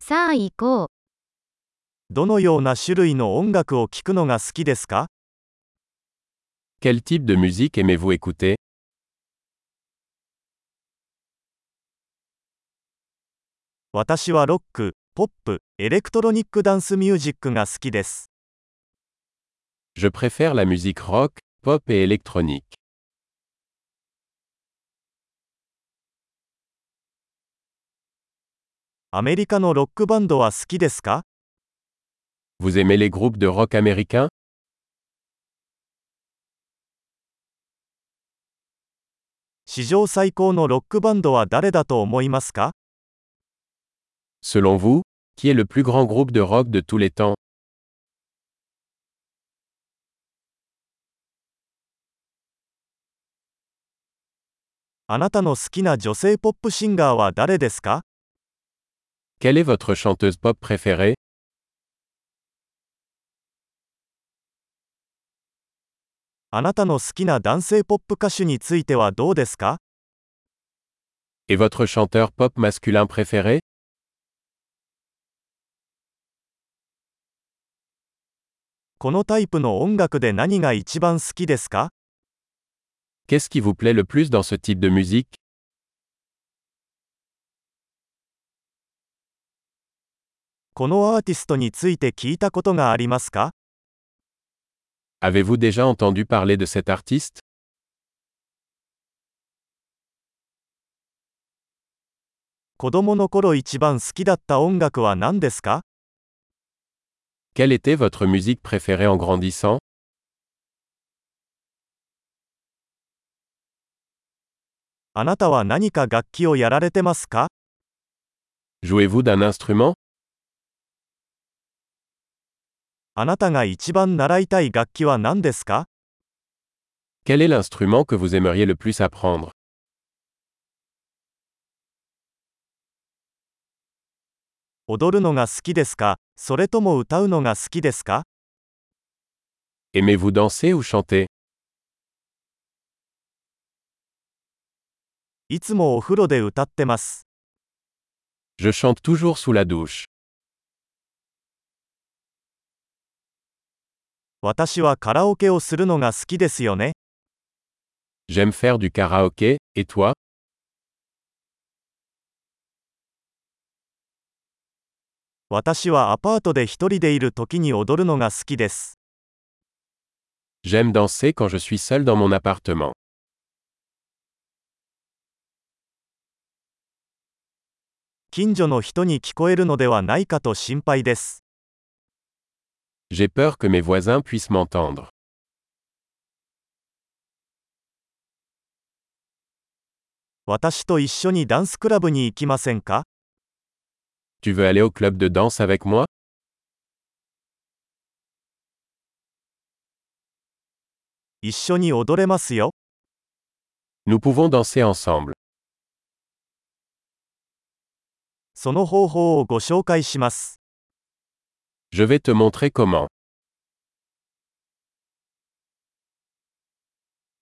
さあ行こう。どのような種類の音楽を聴くのが好きですか Quel type de musique aimez-vous écouter 私はロック、ポップ、エレクトロニックダンスミュージックが好きです。 Je préfère la musique rock, pop et électronique. アメリカのロックバンドは好きですか Vous aimez les groupes de rock américains 史上最高のロックバンドは誰だと思いますか Selon vous, qui est le plus grand groupe de rock de tous les temps あなたの好きな女性ポップシンガーは誰ですか Quelle est votre chanteuse pop préférée あなたの好きな男性ポップ歌手についてはどうですか Et votre chanteur pop masculin préféré このタイプの音楽で何が一番好きですか Qu'est-ce qui vous plaît le plus dans ce type de musique このアーティストについて聞いたことがありますか Avez-vous déjà entendu parler de cet artiste 子供の頃一番好きだった音楽は何ですか Quelle était votre musique préférée en grandissant あなたは何か楽器をやられてますか Jouez-vous d'un instrument あなたが一番習いたい楽器は何ですか Quel est l'instrument que vous aimeriez le plus apprendre 踊るのが好きですかそれとも歌うのが好きですか Aimez-vous danser ou chanter いつもお風呂で歌ってます。 Je chante toujours sous la douche. 私はカラオケをするのが好きですよね。 J'aime faire du karaoké, et toi 私はアパートで一人でいる時に踊るのが好きです。 J'aime danser quand je suis seul dans mon appartement. 近所の人に聞こえるのではないかと心配です。 J'ai peur que mes voisins puissent m'entendre. 私と一緒にダンスクラブに行きませんか Tu veux aller au club de danse avec moi 一緒に踊れますよ。 Nous pouvons danser ensemble. その方法をご紹介します。 Je vais te montrer comment.